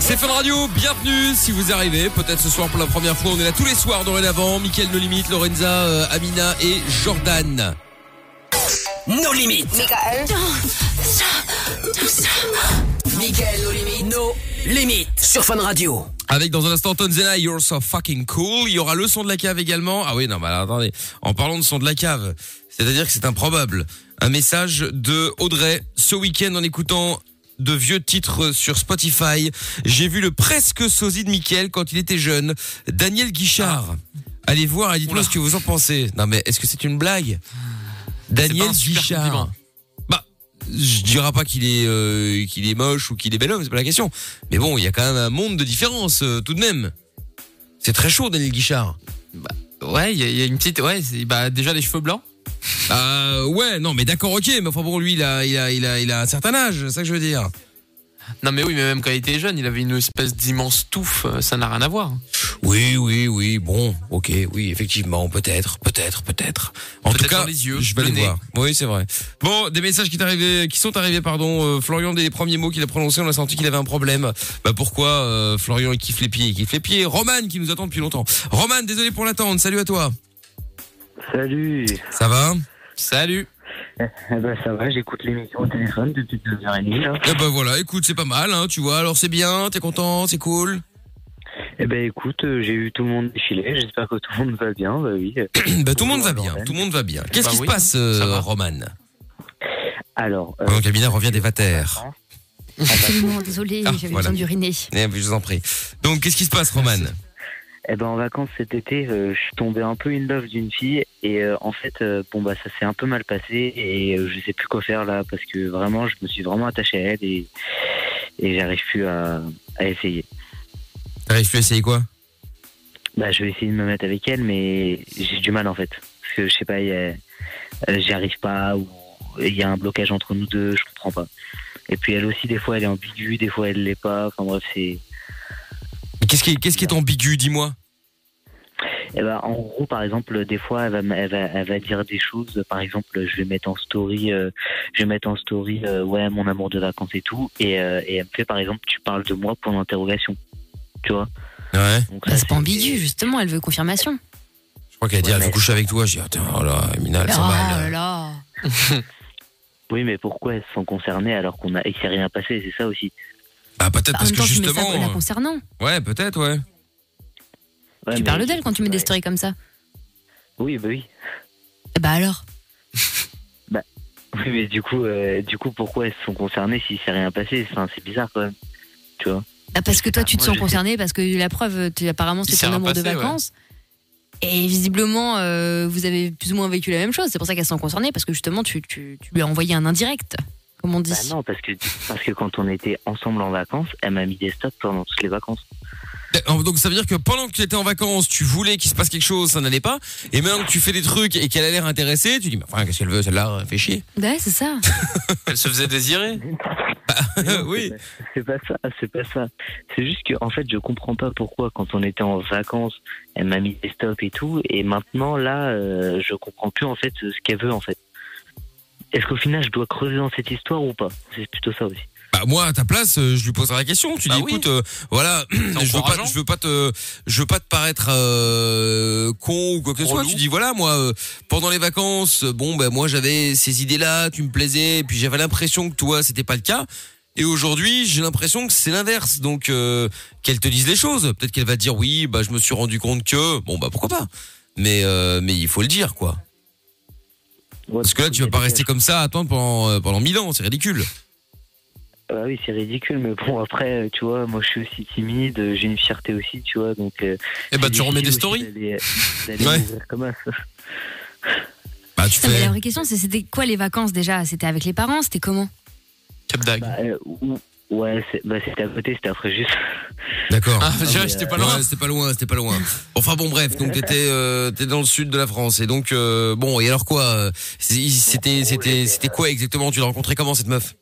C'est Fun Radio, bienvenue si vous arrivez, peut-être ce soir pour la première fois, on est là tous les soirs dorénavant, Mickaël No Limite, Lorenza, euh, Amina et Jordan. Nos limites. Michael. Mickaël, nos limites. Nos limites. Sur Fun Radio. Avec dans un instant Tonzena, You're So Fucking Cool. Il y aura le son de la cave également. Ah oui, non, bah alors, attendez. En parlant de son de la cave, c'est-à-dire que c'est improbable. Un message de Audrey ce week-end en écoutant de vieux titres sur Spotify. J'ai vu le presque sosie de Mickaël quand il était jeune. Daniel Guichard. Allez voir et dites-moi ce que vous en pensez. Non mais est-ce que c'est une blague Daniel pas un super Guichard. compliment. Bah, je dirais pas qu'il est euh, qu'il est moche ou qu'il est bel homme, c'est pas la question. Mais bon, il y a quand même un monde de différence euh, tout de même. C'est très chaud Daniel Guichard. Ouais, il y, a- il y a une petite. Ouais, c'est- bah, déjà les cheveux blancs. Euh, ouais, non mais d'accord, OK, mais enfin bon lui il a il a il a il a un certain âge, c'est ça que je veux dire. Non, mais oui, mais même quand il était jeune, il avait une espèce d'immense touffe. euh, Ça n'a rien à voir. Oui, oui, oui, bon, OK, oui, effectivement, peut-être, peut-être, peut-être. En Peut-être tout cas, dans les yeux, je vais le aller nez. voir. Oui, c'est vrai. Bon, des messages qui, t'arrivaient- qui sont arrivés, pardon. Euh, Florian, dès les premiers mots qu'il a prononcés, on a senti qu'il avait un problème. Bah pourquoi euh, Florian, il kiffe les pieds, il kiffe les pieds. Roman, qui nous attend depuis longtemps. Roman, désolé pour l'attente, salut à toi. Salut Ça va Salut. Eh ben ça va, j'écoute l'émission au téléphone depuis deux heures et demie là. Eh ben voilà, écoute, c'est pas mal, hein, tu vois, alors c'est bien, t'es content, c'est cool. Eh ben écoute, euh, j'ai eu tout le monde défiler, j'espère que tout le monde va bien, bah oui. bah tout le monde va Bonjour, bien, Jordan. tout le monde va bien. Qu'est-ce Bah qui oui, se passe, euh, ça va. Roman Alors, euh, Donc Amina revient des vatères. Absolument, désolé, Ah, j'avais voilà. besoin d'uriner. Eh, je vous en prie. Donc qu'est-ce qui se passe, Roman eh ben en vacances cet été, euh, je suis tombé un peu in love d'une fille et euh, en fait, euh, bon bah ça s'est un peu mal passé et euh, je sais plus quoi faire là parce que vraiment, je me suis vraiment attaché à elle et, et j'arrive plus à, à essayer. T'arrives plus à essayer quoi Bah je vais essayer de me mettre avec elle, mais j'ai du mal en fait parce que je sais pas, il y a- euh, j'y arrive pas ou il y a un blocage entre nous deux, je comprends pas. Et puis elle aussi, des fois elle est ambiguë, des fois elle l'est pas. Enfin bref, c'est. Mais Qu'est-ce qui, est- qu'est-ce qui est ambigu, dis-moi Eh ben, en gros, par exemple, des fois, elle va, m- elle, va, elle va dire des choses. Par exemple, je vais mettre en story, euh, je vais mettre en story, euh, ouais, mon amour de vacances et tout. Et, euh, et elle me fait, par exemple, tu parles de moi pour l'interrogation. Tu vois Ouais. Donc Bah, ça, c'est pas ambigu, justement, elle veut confirmation. Je crois qu'elle a dit, Ouais, elle veut mais- coucher avec toi. J'ai dit, oh, tiens, oh là, Mina, elle oh s'en va, là elle. là. Oui, mais pourquoi elles se sont concernées alors qu'on a, il s'est rien passé C'est ça aussi. Bah, peut-être Bah, en parce même que temps, tu mets ça justement. la euh, concernant. Ouais, peut-être, ouais. Ouais, tu mais- parles d'elle quand tu mets des Ouais. stories comme ça. Oui, bah oui. Eh Bah alors Oui, mais du coup, euh, du coup, pourquoi elles se sont concernées s'il s'est rien passé Enfin, c'est bizarre quand même. Tu vois Bah, Parce que toi, tu te Ah, Moi, sens je- concerné, parce que la preuve, tu- apparemment, Il c'est s'est ton rien amour de passé, ouais. vacances. Et visiblement, euh, vous avez plus ou moins vécu la même chose. C'est pour ça qu'elle se sent concernée, parce que justement, tu, tu- tu lui as envoyé un indirect, comme on dit. Bah non, parce que parce que quand on était ensemble en vacances, elle m'a mis des stops pendant toutes les vacances. Euh, Donc, ça veut dire que pendant que tu étais en vacances, tu voulais qu'il se passe quelque chose, ça n'allait pas. Et maintenant que tu fais des trucs et qu'elle a l'air intéressée, tu dis, mais enfin, qu'est-ce qu'elle veut, celle-là, fait chier. Ouais, c'est ça. Elle se faisait désirer. Mais non, oui. C'est pas c'est pas ça, c'est pas ça. C'est juste que, en fait, je comprends pas pourquoi, quand on était en vacances, elle m'a mis des stops et tout, et maintenant, là, euh, je comprends plus, en fait, ce qu'elle veut, en fait. Est-ce qu'au final, je dois creuser dans cette histoire ou pas C'est plutôt ça aussi. Bah, moi, à ta place, euh, je lui poserai la question. Tu Bah dis, oui. écoute, euh, voilà, je veux pas, encourageant. je veux pas te, je veux pas te paraître euh, con ou quoi que ce soit. Relou. Tu dis voilà, moi euh, pendant les vacances, euh, bon ben moi j'avais ces idées-là, tu me plaisais, et puis j'avais l'impression que toi c'était pas le cas. Et aujourd'hui, j'ai l'impression que c'est l'inverse. Donc euh, qu'elle te dise les choses. Peut-être qu'elle va te dire oui, bah je me suis rendu compte que bon bah pourquoi pas. Mais euh, mais il faut le dire quoi. Ouais, Parce que là tu vas pas rester comme ça à attendre pendant euh, pendant mille ans, c'est ridicule. Bah oui, c'est ridicule, mais bon, après, euh, tu vois, moi, je suis aussi timide, euh, j'ai une fierté aussi, tu vois, donc. euh, Et bah, c'est tu remets des difficile aussi stories. d'aller- d'aller Ouais. m'ouvrir comme ça. Bah tu Putain, mais fais. la vraie question, c'est c'était quoi les vacances déjà C'était avec les parents C'était comment Cap d'ag. Bah, euh, ou- ouais, c'est- bah, c'était à côté, c'était après juste. D'accord. Ah, mais, déjà, euh, j'étais pas loin. Ouais, c'était pas loin, c'était pas loin. Enfin bon, bref, donc t'étais euh, t'es dans le sud de la France et donc euh, bon et alors quoi euh, c'est- C'était c'était c'était quoi exactement Tu l'as rencontré comment cette meuf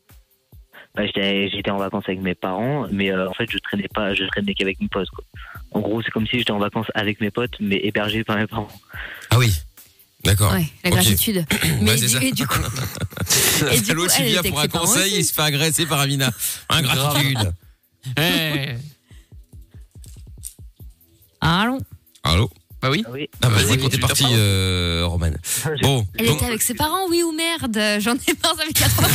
Bah, j'étais j'étais en vacances avec mes parents, mais euh, en fait, je traînais pas, je traînais qu'avec mes potes. Quoi. En gros, c'est comme si j'étais en vacances avec mes potes, mais hébergé par mes parents. Ah oui, d'accord. Ouais, la Ah, ok. gratitude. Mais Ouais, c'est du, ça. et du coup, et du Elle coup, aussi elle vient était pour un avec ses parents conseil, aussi. il se fait agresser par Amina. Ingratitude. Eh, Allons. Allô Bah oui. Ah oui. Ah, vas-y, Oui, quand t'es tu t'as parti, parlé. euh, Roman. Bon. Elle donc- était avec ses parents, oui ou merde euh, J'en ai marre, ça fait 4 ans.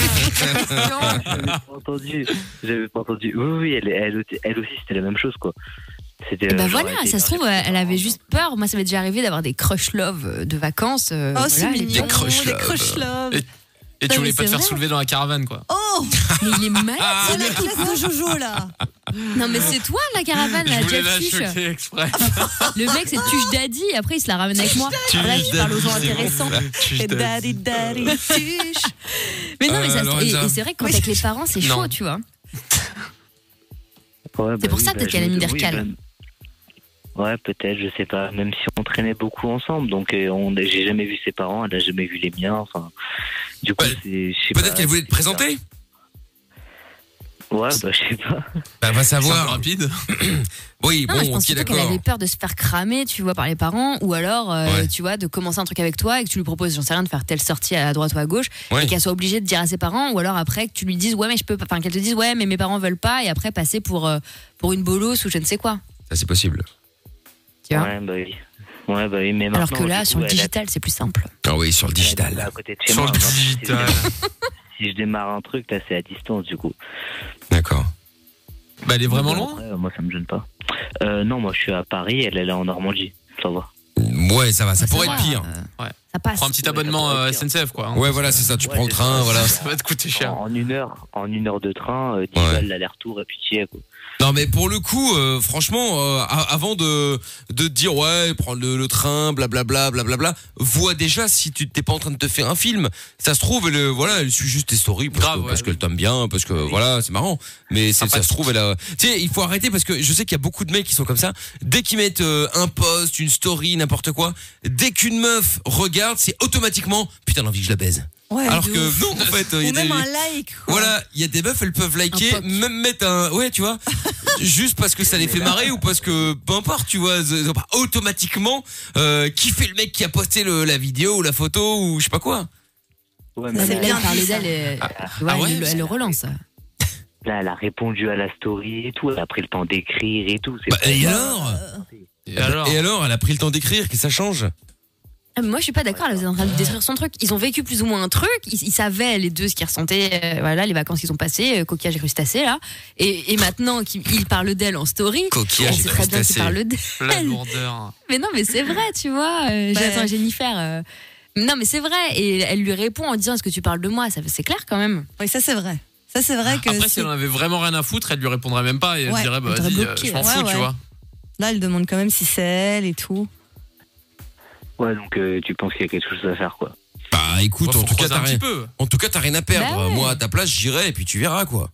Euh, J'avais pas entendu. J'avais pas entendu. Oui, oui, elle, elle, elle aussi, c'était la même chose, quoi. C'était. Bah euh, genre, voilà, elle était ça se trouve, énervée. elle avait juste peur. Moi, ça m'est déjà arrivé d'avoir des crush love de vacances. euh, Oh, voilà, c'est elle est mignon. bien. crush les love. crush love. Et- Et Non, tu mais voulais pas te c'est faire vrai. soulever dans la caravane, quoi. Oh, Mais il est Ah, malade. c'est la classe de Jojo là. Non, mais c'est toi la caravane, Je la voulais la Jeff Fish. choquer exprès. Le mec, c'est Tuche Daddy. et Après, il se la ramène avec moi. Tu Là, je parle aux gens c'est bon. intéressants. Tu- Et daddy daddy tuche. Mais non, Euh, mais ça, et, Lorenza. et c'est vrai que quand Oui. avec les parents, c'est Non. chaud, tu vois. Ouais, C'est bah pour oui, ça, bah, peut-être qu'elle je a me mis des dis, oui, recales. bah, ouais, peut-être, je sais pas. Même si on traînait beaucoup ensemble, donc euh, on, j'ai jamais vu ses parents, elle a jamais vu les miens. Enfin, du coup, Ouais. c'est. je sais Bah, Peut-être pas, qu'elle voulait te c'est bizarre. présenter Ouais, bah je sais pas. Bah, va C'est un peu savoir. rapide. Oui, Non, mais bon, je pense ok, surtout qu'elle d'accord. avait peur de se faire cramer, tu vois, par les parents, ou alors, euh, Ouais. tu vois, de commencer un truc avec toi et que tu lui proposes, j'en sais rien, de faire telle sortie à droite ou à gauche, Ouais. et qu'elle soit obligée de dire à ses parents, ou alors après que tu lui dises, ouais, mais je peux pas, enfin, qu'elle te dise, ouais, mais mes parents veulent pas, et après passer pour, euh, pour une bolosse ou je ne sais quoi. Ça, c'est possible. Tu vois Ouais, bah oui. Ouais, bah oui, mais Alors maintenant, que là, du sur coup, le elle a- digital, c'est plus simple. Ah oui, sur le elle a- digital. elle est là. à côté de chez Sur moi, le maintenant, si je digital. démarre- Si je démarre un truc, là, c'est à distance, du coup. D'accord. Bah, elle est vraiment loin. Après, euh, Moi, ça me gêne pas. Euh, non, moi, je suis à Paris, elle, elle est en Normandie. Ça va. Ouais, ça va, ça pourrait va, être pire. euh, Ouais. Ça passe. Prends un petit Ouais, abonnement ça pourrait euh, être pire. SNCF, quoi. hein. Ouais, voilà, c'est ça, tu Ouais, prends le c'est train, ça. voilà. Ça va te coûter cher. En, en une heure, en une heure de train, euh, 10 Ouais. balles l'aller-retour et puis tu y es, quoi. Non mais pour le coup, euh, franchement, euh, a- avant de de te dire ouais, prendre le, le train, blablabla, blablabla, vois déjà si tu t'es pas en train de te faire un film. Ça se trouve, elle, euh, voilà, elle suit juste tes stories parce Grave, que ouais. parce qu'elle t'aime bien, parce que voilà, c'est marrant. Mais c'est- ça se trouve, elle a. Tu sais, il faut arrêter parce que je sais qu'il y a beaucoup de mecs qui sont comme ça. Dès qu'ils mettent euh, un post, une story, n'importe quoi, dès qu'une meuf regarde, c'est automatiquement putain, j'ai envie que je la baise. Ouais, Alors de que ouf. non, en fait, euh, il y a Ou des- même un like. quoi. voilà, il y a des meufs, elles peuvent Un liker, poc. même mettre un. Ouais, tu vois. juste parce que ça les fait marrer ou parce que. Peu importe, tu vois. elles ont pas Automatiquement, euh, kiffer le mec qui a posté le- la vidéo ou la photo ou je sais pas quoi. Ouais, Là, mais là, c'est là, bien il parlait dit, ça. d'elle, et- tu ah vois, ouais, elle, le- elle le relance. là, elle a répondu à la story et tout, elle a pris le temps d'écrire et tout. c'est Bah, bon. et alors Et alors Et alors, elle a pris le temps d'écrire, que ça change Ah, mais moi, je suis pas d'accord. Elle était en train de détruire son truc. Ils ont vécu plus ou moins un truc. Ils, ils savaient les deux ce qu'ils ressentaient. euh, voilà, les vacances qu'ils ont passées, euh, coquillage et crustacé là. Et, et maintenant qu'ils ils parlent d'elle en story. on Coquillage sait très bien qu'ils parlent d'elle. La lourdeur. Mais non, mais c'est vrai, tu vois. euh, Ouais. J'attends Jennifer. euh. Non, mais c'est vrai. Et elle lui répond en disant Est-ce que tu parles de moi Ça, C'est clair quand même. Oui, ça c'est vrai. Ça c'est vrai que Après, si c'est- elle en avait vraiment rien à foutre, elle lui répondrait même pas et elle Ouais, dirait bah elle t'aurait vas-y, euh, bloqué. je m'en Ouais, fous, ouais. tu vois. là, elle demande quand même si c'est elle et tout. Ouais, donc euh, tu penses qu'il y a quelque chose à faire, quoi. Bah écoute, Faut en tout, cas, creuser t'as un petit rien, peu. en tout cas, t'as rien à perdre. Bah ouais. Moi, à ta place, j'irai et puis tu verras quoi.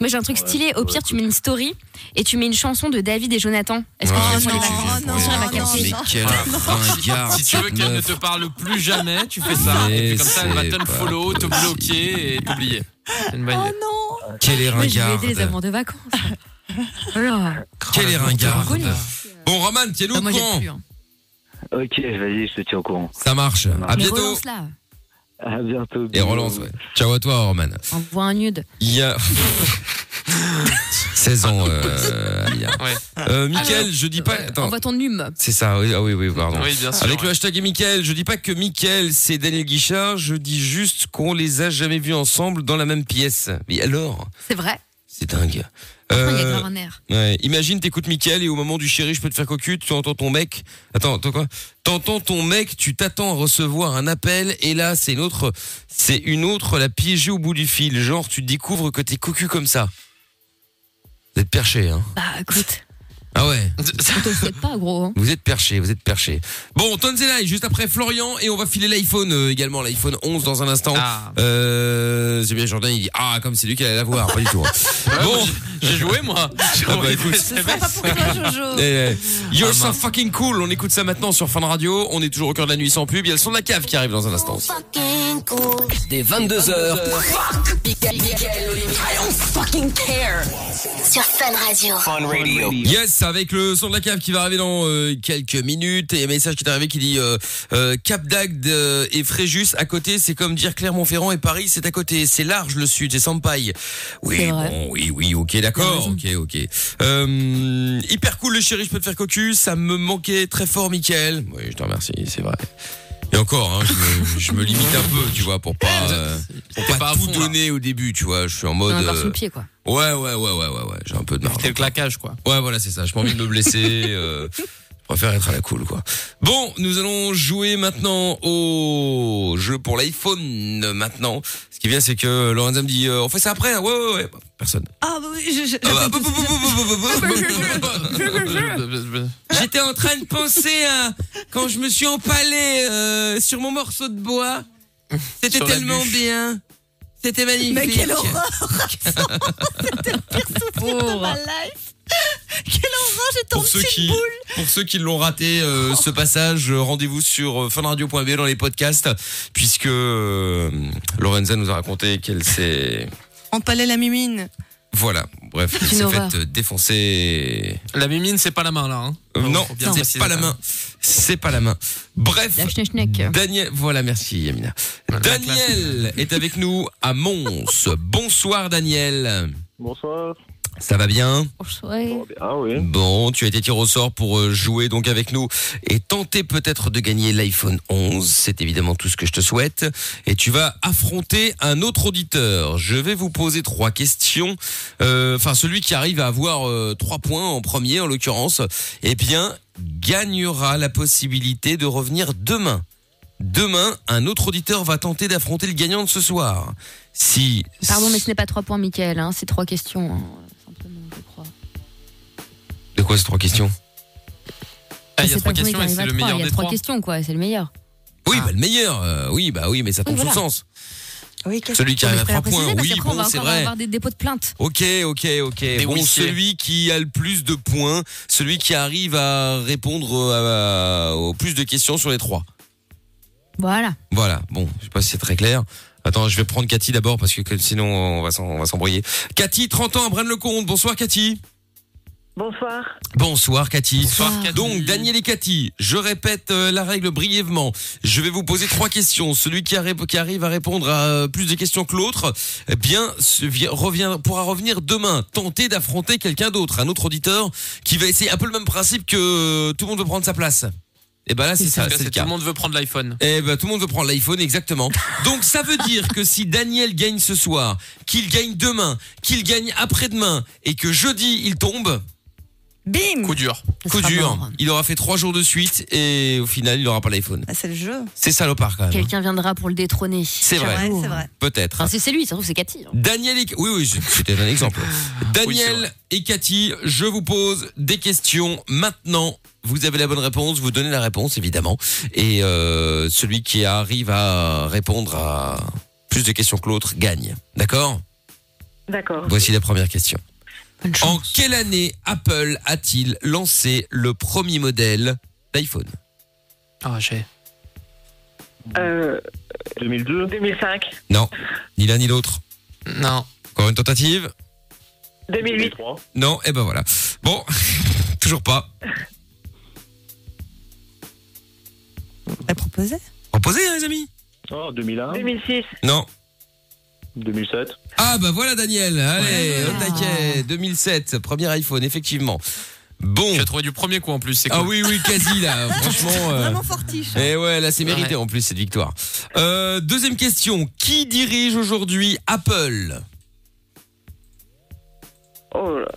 Moi, j'ai un truc Ouais, stylé. Au ouais, pire, tu écoute. mets une story et tu mets une chanson de David et Jonathan. Est-ce que Ouais, tu tu peux non, les faire viens oh pour non, les non, vacances, non, mais non. quel Ah, ringard, Si tu veux cette qu'elle ne meuf. te parle plus jamais, tu fais ça. Mais Et puis comme ça, elle va c'est te le pas follow, te possible. bloquer et t'oublier. C'est une bonne idée. Oh Quel est Moi, je vais ringard. aider les amants de vacances. Oh Alors, Quel est Oh, la ringard. lourdeur. Bon, Roman, tiens-nous bah, au moi, j'ai courant. plus. hein. Ok, vas-y, je te tiens au courant. Ça marche. À marche. Mais bientôt. relance là. À bientôt. Et bisous. relance, ouais. Ciao à toi, Roman. Envoie un nude. Il y a 16 ans, euh, Alia. Ah. Ouais. Euh, Mickaël, je dis pas. Attends, Envoie ton hume. c'est ça, oui, ah oui, oui, pardon. Oui, bien sûr. Avec le hashtag Mickaël, je dis pas que Mickaël, c'est Daniel Guichard, je dis juste qu'on les a jamais vus ensemble dans la même pièce. Mais alors C'est vrai. C'est dingue. Il y a Euh, grave un air. Ouais, imagine, t'écoutes Mickaël et au moment du chéri, je peux te faire cocu, tu entends ton mec. Attends, attends quoi T'entends ton mec, tu t'attends à recevoir un appel et là, c'est une autre, c'est une autre la piégée au bout du fil. Genre, tu découvres que t'es cocu comme ça. Vous êtes perché, hein Bah écoute, Ah ouais, on te le souhaite pas, gros. hein. vous êtes perché, vous êtes perché. Bon, Tonzelai, juste après Florian et on va filer l'iPhone euh, également, l'iPhone 11 dans un instant. Ah. Euh, c'est bien Jordan, il dit ah comme c'est lui qui allait l'avoir, pas du tout. hein. Bon. Bon, j'ai joué moi. J'ai Ah bah, envoyé écoute. des Ce sera SMS. pas pour toi, Jojo. Eh, eh. You're Ah, so mince. fucking cool. On écoute ça maintenant sur Fun Radio. On est toujours au cœur de la nuit sans pub. Il y a le son de la cave qui arrive dans un instant. fucking Dès 22h. Fuck! Mickaël, Mickaël, Olivier. I don't fucking care! Sur Fun Radio. Fun Radio. Yes, avec le son de la cave qui va arriver dans euh, quelques minutes et un message qui est arrivé qui dit euh, euh, Cap d'Agde euh, et Fréjus à côté, c'est comme dire Clermont-Ferrand et Paris, c'est à côté, c'est large le sud, c'est sans paille. Oui, C'est vrai. bon, oui, oui, ok, d'accord, ok, ok. Euh, hyper cool le chéri, je peux te faire cocu, ça me manquait très fort, Michael. Oui, je te remercie, c'est vrai. Et encore, hein, je, me, je me limite un peu, tu vois, pour pas, euh, pour pas, tout donner au début, tu vois. Je suis en mode. On a encore sous euh, le pied, quoi. Ouais, ouais, ouais, ouais, ouais, ouais. J'ai un peu de marge. C'est le claquage, quoi. Ouais, voilà, c'est ça. J'ai pas envie de me blesser. euh, je préfère être à la cool, quoi. Bon, nous allons jouer maintenant au jeu pour l'iPhone, euh, maintenant. Ce qui vient, c'est que Lorenza me dit, euh, on fait ça après, hein ouais, ouais, ouais. Bah, Personne. Ah, bah oui, je. je- Ah bah, je- pou, pou, pou, pou, pou, pou, pou, pou, pou. J'étais en train de penser à quand je me suis empalé euh, sur mon morceau de bois. C'était Sur la tellement bûche. bien. C'était magnifique. Mais quelle horreur de ma life. Quelle horreur, j'étais en pour ceux petite qui, boule. Oh. pour ceux qui l'ont raté, euh, ce passage, euh, rendez-vous sur euh, funradio.be dans les podcasts, puisque euh, Lorenza nous a raconté qu'elle s'est, Empalait la mimine. voilà, bref, C'est elle une s'est horreur. faite euh, défoncer. La mimine, c'est pas la main là. Hein. Euh, non, Faut bien c'est préciser pas la ça. main, c'est pas la main. Bref, Daniel, voilà, merci Yamina. Daniel est avec nous à Mons. Bonsoir Daniel. Bonsoir. Ça va bien Ah oui. Bon, tu as été tiré au sort pour euh, jouer donc avec nous et tenter peut-être de gagner l'iPhone 11. C'est évidemment tout ce que je te souhaite. Et tu vas affronter un autre auditeur. Je vais vous poser trois questions. Euh, Enfin, celui qui arrive à avoir euh, trois points en premier, en l'occurrence, eh bien, gagnera la possibilité de revenir demain. Demain, un autre auditeur va tenter d'affronter le gagnant de ce soir. Si Pardon, mais ce n'est pas trois points, Michael, hein, c'est trois questions. hein. de quoi ces trois questions Ah, il y a C'est trois pas questions le premier qui et arrive c'est à le trois, meilleur Il y a des trois trois. questions, quoi, c'est le meilleur. Oui, bah, le meilleur. euh, oui, bah oui, mais ça tombe Ah. Oui, sous voilà. le sens. Celui qui Mais arrive à je 3 points, préfère préciser, parce oui, qu'après, on bon, va c'est encore vrai. avoir des dépôts de plainte. Ok, ok, ok. bon, huissiers. celui qui a le plus de points, celui qui arrive à répondre euh, à- à- au plus de questions sur les trois. Voilà. Voilà. Bon, je sais pas si c'est très clair. Attends, je vais prendre Cathy d'abord parce que que- sinon on va s'en- on va s'embrouiller. Cathy, 30 ans, à Braine-le-Comte. Bonsoir Cathy. Bonsoir. Bonsoir Cathy. Donc Daniel et Cathy, je répète euh, la règle brièvement. Je vais vous poser trois questions. Celui qui, arri- qui arrive à répondre à euh, plus de questions que l'autre, eh bien se vi- revient, pourra revenir demain tenter d'affronter quelqu'un d'autre, un autre auditeur qui va essayer un peu le même principe que euh, tout le monde veut prendre sa place. Et ben là c'est ça, Parce que c'est le Tout cas. le monde veut prendre l'iPhone. Eh ben, tout le monde veut prendre l'iPhone, exactement. Donc, ça veut dire que si Daniel gagne ce soir, qu'il gagne demain, qu'il gagne après-demain, et que jeudi, il tombe. Bim Coup dur. Ce Coup sera dur. mort. Il aura fait trois jours de suite, et au final, il n'aura pas l'iPhone. Ah, c'est le jeu. C'est salopard, quand même. Quelqu'un viendra pour le détrôner. C'est vrai. J'avoue. Peut-être. Enfin, c'est c'est lui, ça se trouve, c'est Cathy. hein. Daniel et... Oui, oui, c'était un exemple. Ah. Daniel et Cathy, je vous pose des questions maintenant. Vous avez la bonne réponse, vous donnez la réponse, évidemment. Et euh, celui qui arrive à répondre à plus de questions que l'autre gagne. D'accord D'accord. Voici la première question. En quelle année Apple a-t-il lancé le premier modèle d'iPhone Ah, j'ai. Euh, 2002 2005. Non, ni l'un ni l'autre. Non. Encore une tentative 2008. Non, et ben voilà. Bon, toujours pas. Elle proposait Proposez, hein, les amis Oh, 2001. 2006. Non. 2007. Ah bah voilà Daniel, allez, au taquet, 2007, premier iPhone, effectivement. Bon. Tu as trouvé du premier coup en plus, c'est Ah cool. oui, oui, quasi là, franchement. euh, Vraiment fortiche. Et ouais, là c'est mérité en plus cette victoire. Euh, deuxième question, qui dirige aujourd'hui Apple Oh là.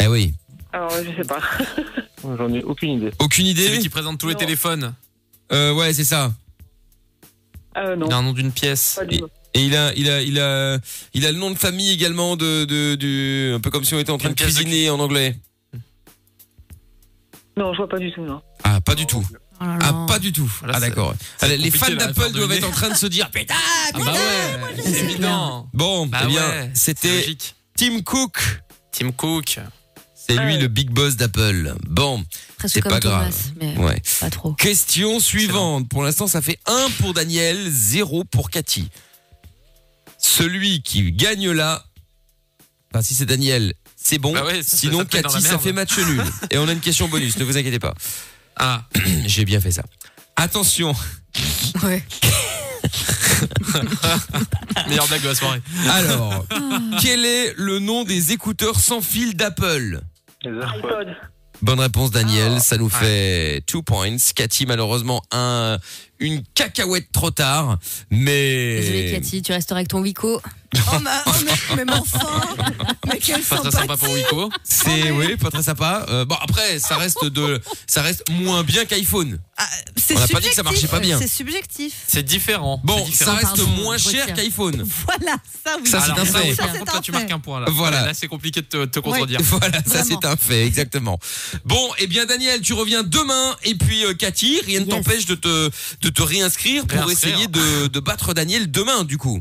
Eh oui. Alors, je sais pas. J'en ai aucune idée. Aucune Celui idée qui présente tous les téléphones. Euh, Ouais, c'est ça. Euh, non. Il a un nom d'une pièce. Pas du tout. Et il a, il a, il a, il a le nom de famille également de, de- du, un peu comme si on était en train de pièce de cuisiner en anglais. Non, je vois pas du tout, non. Ah, pas du tout. Oh là là. Ah, pas du tout. Voilà, ah, c'est- d'accord. c'est Allez, Les compliqué, fans là, à d'Apple faire doivent deviner. être en train de se dire putain, Ah bah ouais, c'est évident. Bon, Bah eh bien, ouais, c'est c'était logique. Tim Cook. Tim Cook. C'est lui Ouais. le big boss d'Apple. Bon, Presque C'est comme pas Thomas, grave. mais Ouais. pas trop. Question suivante. Pour l'instant, ça fait 1 pour Daniel, 0 pour Cathy. Celui qui gagne là, enfin si c'est Daniel, c'est bon. Bah ouais, ça- Sinon, ça te met dans la Cathy, ça merde. fait match nul. Et on a une question bonus, ne vous inquiétez pas. Ah, j'ai bien fait ça. Attention, Ouais. Meilleure blague de la soirée. alors, quel est le nom des écouteurs sans fil d'Apple Les AirPods. iPod. Bonne réponse Daniel, ça nous fait 2 points. Cathy malheureusement un une cacahuète trop tard, mais Désolée, Cathy, tu resteras avec ton Wico. Oh, ma, oh, mais, mais, mais enfin Mais quel Pas très sympa sympa pour Wico. Ah, C'est oui, pas très sympa. Euh, bon après, ça reste de, ça reste moins bien qu'iPhone. Ah, c'est On a pas dit que ça subjectif. marchait pas bien. C'est subjectif. C'est différent. Bon, C'est ça différent. reste Pardon, moins je cher retire. qu'iPhone. Voilà, ça oui. Ça, c'est Alors, un fait. oui, Ça, Par c'est contre, un là, tu fait. marques un point. Là, Voilà. là c'est compliqué de te, te contredire. Voilà, ça Vraiment. c'est un fait, exactement. Bon, eh bien Daniel, tu reviens demain et puis euh, Cathy, rien ne Yes. t'empêche de te de te réinscrire pour Réinscrire. essayer de, de battre Daniel demain du coup.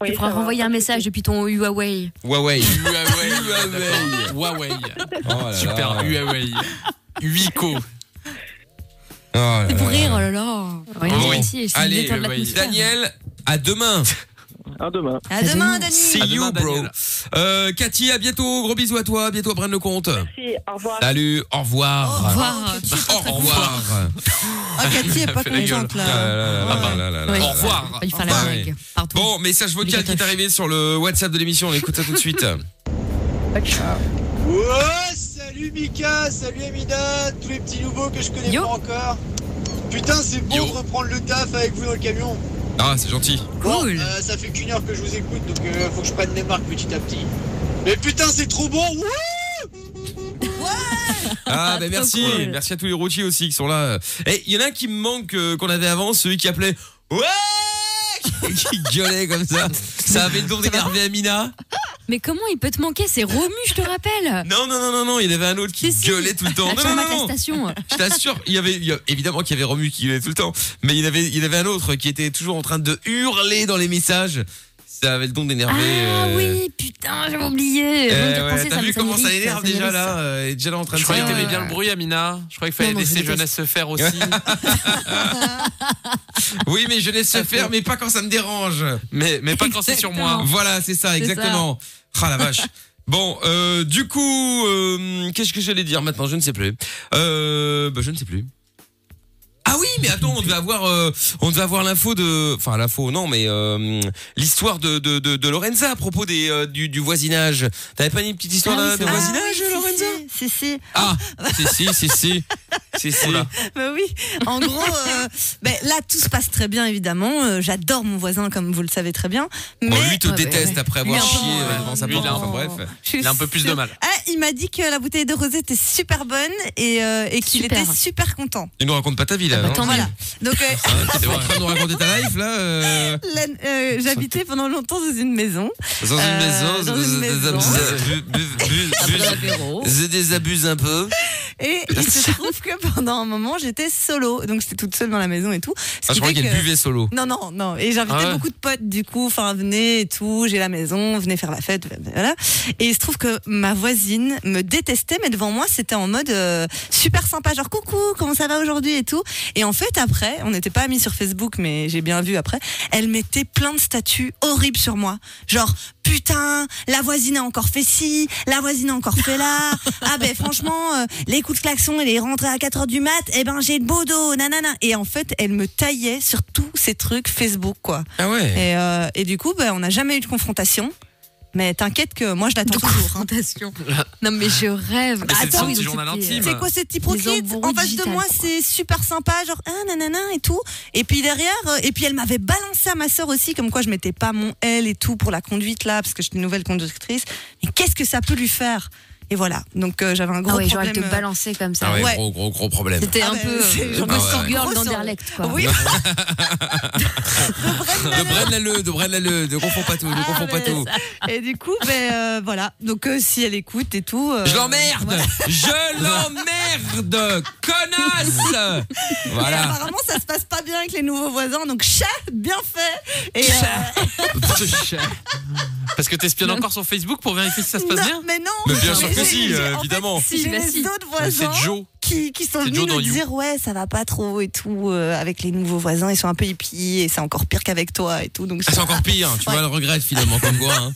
Oui, Tu pourras ça va. renvoyer un message depuis ton Euh, Huawei. Huawei. Huawei. Huawei. d'accord. Oh Huawei. là là. Super Huawei. Wico. Oh là Pour là. rire, oh là là. Regarde, Bon, Cathy, essaye de allez, détendre Huawei. l'atmosphère. Daniel, à demain. À demain. À demain, demain. Dani. See À you, demain, bro. Daniel. Euh, Cathy, à bientôt. Gros bisous à toi. À bientôt, prenne le compte. Merci, au revoir. Salut, au revoir. Au revoir. Ah, bah, Au revoir. Oh, Cathy est pas fait la gueule. contente Ah là là. là là là là là là Ouais. là. Au revoir. Il fallait la Ah, Ouais. blague. Partout. Bon, message vocal qui est arrivé sur le WhatsApp de l'émission. On écoute ça tout de suite. Ouais, salut Mika, salut Amina, tous les petits nouveaux que je connais Yo. pas encore. Putain, c'est bon Yo. de reprendre le taf avec vous dans le camion. Ah, c'est gentil. Bon, Cool. euh, ça fait qu'une heure que je vous écoute, donc euh, faut que je prenne les marques petit à petit. Mais putain, c'est trop bon. ouais. Ah, ben merci. cool. Merci à tous les routiers aussi qui sont là. Et il y en a un qui me manque euh, qu'on avait avant, celui qui appelait Ouais Et qui gueulait comme ça. Ça avait le don d'énerver Amina. Mais comment il peut te manquer C'est Romu, je te rappelle. Bah, Non, non, non, non, non. Il y en avait un autre qui Si, si. gueulait tout le temps. La Non, non, tarmac, non, la non. station. Je t'assure, il y avait il y a- évidemment qu'il y avait Romu qui gueulait tout le temps, mais il y avait il y avait un autre qui était toujours en train de hurler dans les messages. Ça avait le don d'énerver. Ah euh, oui, putain, j'avais oublié. euh, Rien que de ouais, penser, T'as me- vu comment me ça hérisse, l'énerve me déjà hérisse. là euh, Elle est déjà là en train Je de. euh, croyais que se- t'aimais bien le bruit, Amina. Je croyais qu'il fallait Non, non, je laisser déteste. jeunesse se faire aussi. Oui, mais je laisse se faire, mais pas quand ça me dérange. mais, mais pas quand c'est sur moi. Voilà, c'est ça, exactement. Ah la vache. Bon, euh, du coup, euh, qu'est-ce que j'allais dire maintenant Je ne sais plus. Euh, bah, je ne sais plus. Ah oui, mais attends, on devait avoir, euh, on devait avoir l'info de, enfin l'info, non, mais euh, l'histoire de, de, de, de Lorenza à propos des euh, du, du voisinage. T'avais pas une petite histoire Ah de- oui, c'est de, vrai. voisinage, Bah, Lorenza Si, si, si. Ah, si si si si, si si. Bah oui, en gros, euh, ben, là tout se passe très bien évidemment. Euh, J'adore mon voisin comme vous le savez très bien. Mais Bon, lui te Ouais, ouais, déteste ouais. après avoir Lui, chié un peu, euh, devant sa lui, porte. il a un- Enfin bref. je suis Il a un peu plus de sûre- mal. Ah, il m'a dit que la bouteille de rosé était super bonne et, euh, et qu'il Super. était super content. Tu nous racontes pas ta vie là. Ah bah, non tant mieux. Voilà. Donc euh, Hein, T'es en train de nous raconter ta life là. euh la- euh, j'habitais pendant longtemps dans une maison. Dans une Euh, maison, dans une maison. je désabuse un peu. Ah, Et il se trouve que pendant un moment, j'étais solo. Donc, j'étais toute seule dans la maison et tout. Ce Ah, je qui crois fait qu'il y a que- une buvée solo. Non, non, non. Et j'invitais Ah ouais. beaucoup de potes, du coup. Enfin, venez et tout. J'ai la maison, venez faire la fête. Voilà. Et il se trouve que ma voisine me détestait, mais devant moi, c'était en mode euh, super sympa. Genre, coucou, comment ça va aujourd'hui et tout. Et en fait, après, on n'était pas amis sur Facebook, mais j'ai bien vu après. Elle mettait plein de statuts horribles sur moi. Genre, putain, la voisine a encore fait ci, la voisine a encore fait là. Ah ben franchement, euh, les coups de klaxon, elle est rentrée à 4h du mat, eh ben j'ai le beau dos, nanana. Et en fait, elle me taillait sur tous ces trucs Facebook, quoi. Ah ouais. Et, euh, et du coup, ben, on n'a jamais eu de confrontation. Mais t'inquiète que moi, je l'attends De toujours. hein. confrontation. Non, mais je rêve. Mais c'est Attends, son ils petit ont journal cité, intime. C'est quoi cette hypocrite Les embrouilles En face de digitales, moi, quoi. c'est super sympa, genre ah, nanana et tout. Et puis derrière, euh, et puis elle m'avait balancé à ma sœur aussi, comme quoi je mettais pas mon L et tout pour la conduite là, parce que j'étais une nouvelle conductrice. Mais qu'est-ce que ça peut lui faire Et voilà. Donc euh, j'avais un gros Ah ouais, genre, problème. elle te euh, balancer comme ça. Ah ouais, Ouais. gros, gros, gros problème. C'était Ah un bah, peu. c'est euh, Genre, genre ouais, Gossip ouais. Girl Grosse- d'Anderlecht, quoi. Oui. De Bren Lalleux, de Bren Lalleux, ne confonds pas tout, Ah, ne confonds pas mais tout. hein. Et du coup, ben euh, voilà. Donc euh, si elle écoute et tout. euh, Je l'emmerde voilà. Je l'emmerde Connasse Et Voilà. apparemment, ça se passe pas bien avec les nouveaux voisins. Donc chat, bien fait. Et, euh, Parce que t'espionnes encore sur Facebook pour vérifier si ça se passe non, bien Mais non. Mais bien sûr Mais que j'ai- si, j'ai- euh, en fait, évidemment. si j'ai Mais les si. autres C'est voisins Joe. qui, qui sont C'est venus Joe nous dans You. dire ouais ça va pas trop et tout euh, avec les nouveaux voisins ils sont un peu hippies et c'est encore pire qu'avec toi et tout donc Ah, c'est encore pire, tu vois, le regret finalement, comme quoi. hein.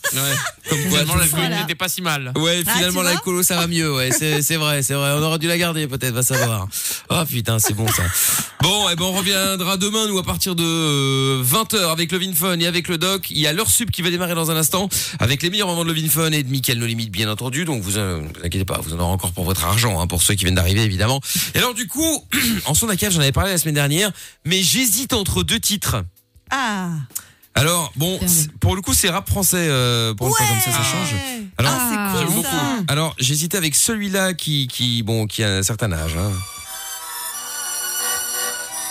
Comme quoi, Finalement, la tu- commune Voilà. n'était pas si mal. Ouais, Ah, finalement, tu la vois colo, ça va mieux, ouais, c'est, c'est vrai, c'est vrai. On aurait dû la garder, peut-être, va savoir. Oh, putain, c'est bon, ça. Bon, et ben, on reviendra demain, nous, à partir de 20h, avec le Vinfun et avec le Doc. Il y a l'heure sub qui va démarrer dans un instant, avec les meilleurs moments de le Vinfun et de Mickaël No Limite, bien entendu. Donc, vous, euh, vous inquiétez pas, vous en aurez encore pour votre argent, hein, pour ceux qui viennent d'arriver, évidemment. Et alors, du coup, en son cave, j'en avais parlé la semaine dernière, mais j'hésite entre deux titres. ah Alors, bon, Fermé. c'est- pour le coup, c'est rap français, euh, pour le coup, comme ça, ça change. Alors, ah, j'aime c'est cool beaucoup. ça Alors, j'hésitais avec celui-là qui, qui, bon, qui a un certain âge. hein.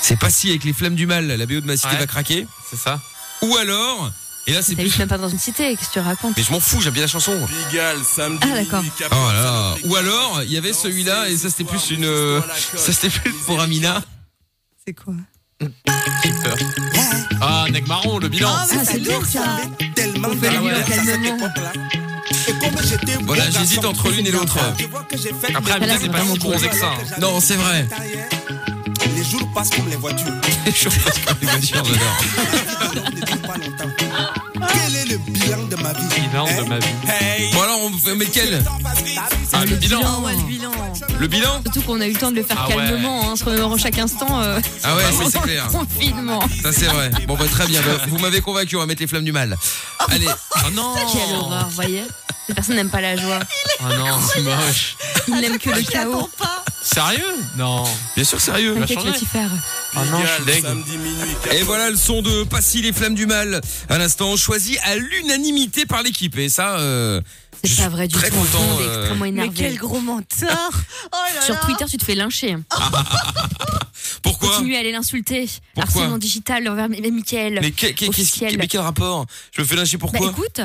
C'est pas si avec les flammes du mal, la BO de ma cité Ouais. va craquer. C'est ça. Ou alors, et là c'est plus. T'habites même pas dans une cité, qu'est-ce que tu racontes Mais je m'en fous, j'aime bien la chanson. samedi. Ah, d'accord. Oh là là. Ou alors, il y avait celui-là et ça c'était plus une, euh, ça c'était plus pour Amina. c'est quoi J'ai peur. Ah, Neg Marron, le bilan. Ah, mais c'est lourd ça Tellement fait Ah les au calme moment. Voilà, j'hésite entre l'une et l'autre. Après, Amina, c'est pas si con que ça. hein. Non, c'est vrai. Les jours passent comme les voitures. Je pense que les voitures, j'adore. Quel est le bilan de ma vie Hein? Bilan de ma vie. Hey Bon alors, on fait mais quel Ah, le bilan. Non, ouais, le bilan Le bilan Surtout qu'on a eu le temps de le faire Ah ouais. calmement, hein, en se remémorant chaque instant euh, Ah ouais, ça, pendant c'est le clair. confinement. Ça c'est vrai. Bon bah très bien. Bah, vous m'avez convaincu, on va mettre les flammes du mal. Allez. Oh non Ah, Quelle horreur, vous voyez Ces personnes n'aiment pas la joie. Oh non, c'est moche. Ils n'aiment que le chaos. Sérieux Non. Bien sûr sérieux. va T'inquiète, changer. je vais t'y faire. Oh non, je suis deg. Et voilà le son de Passy les flammes du mal. À l'instant, choisi à l'unanimité par l'équipe. Et ça, euh, je C'est suis pas vrai du très tout. content, Tout le monde est euh, extrêmement mais énervé. quel gros menteur oh là Sur là. Twitter, tu te fais lyncher. pourquoi Continue à aller l'insulter. Pourquoi Harcèlement digital envers Mi- Mickaël. Mais que- que- qu'est-ce qui- officiel. mais quel rapport Je me fais lyncher Bah pourquoi écoute,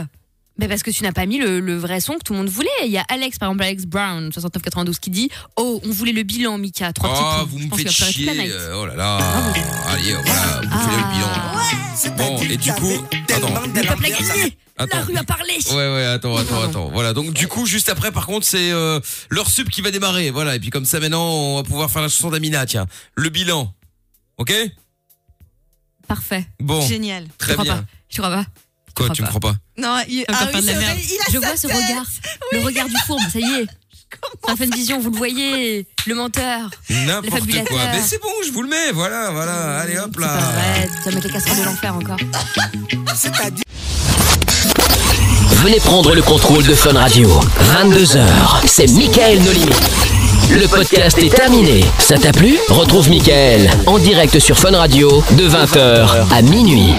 bah parce que tu n'as pas mis le, le vrai son que tout le monde voulait. Il y a Alex, par exemple, Alex Brown, 6992, qui dit Oh, on voulait le bilan, Mika. Trois petits Oh, points. vous Je me pense faites qu'il va pleurer chier. toute la night. euh, Oh là là. Ah, Allez, voilà, vous faites le bilan. là. Bon, et du coup, attends. Le peuple a gagné La Attends. rue a parlé Ouais ouais attends attends Pardon. attends voilà donc du coup juste après par contre c'est euh, leur sub qui va démarrer voilà et puis comme ça maintenant on va pouvoir faire la chanson d'Amina tiens le bilan ok Parfait. bon génial très je crois bien pas. Je crois pas. quoi crois tu me pas. crois pas non il, Encore ah, faire oui, de la c'est merde. vrai, il a Je sa vois ce tête. regard. Le regard du fourbe, ça y est. Ça fait une vision, vous le voyez. Le menteur. N'importe fabulateur. quoi. Mais c'est bon, je vous le mets, voilà, voilà. Allez hop C'est pas là. vrai, ça met les casseroles de l'enfer encore. Venez prendre le contrôle de Fun Radio. 22h, c'est Michael Nolimi. Le podcast est terminé. Ça t'a plu Retrouve Michael en direct sur Fun Radio de 20h à minuit.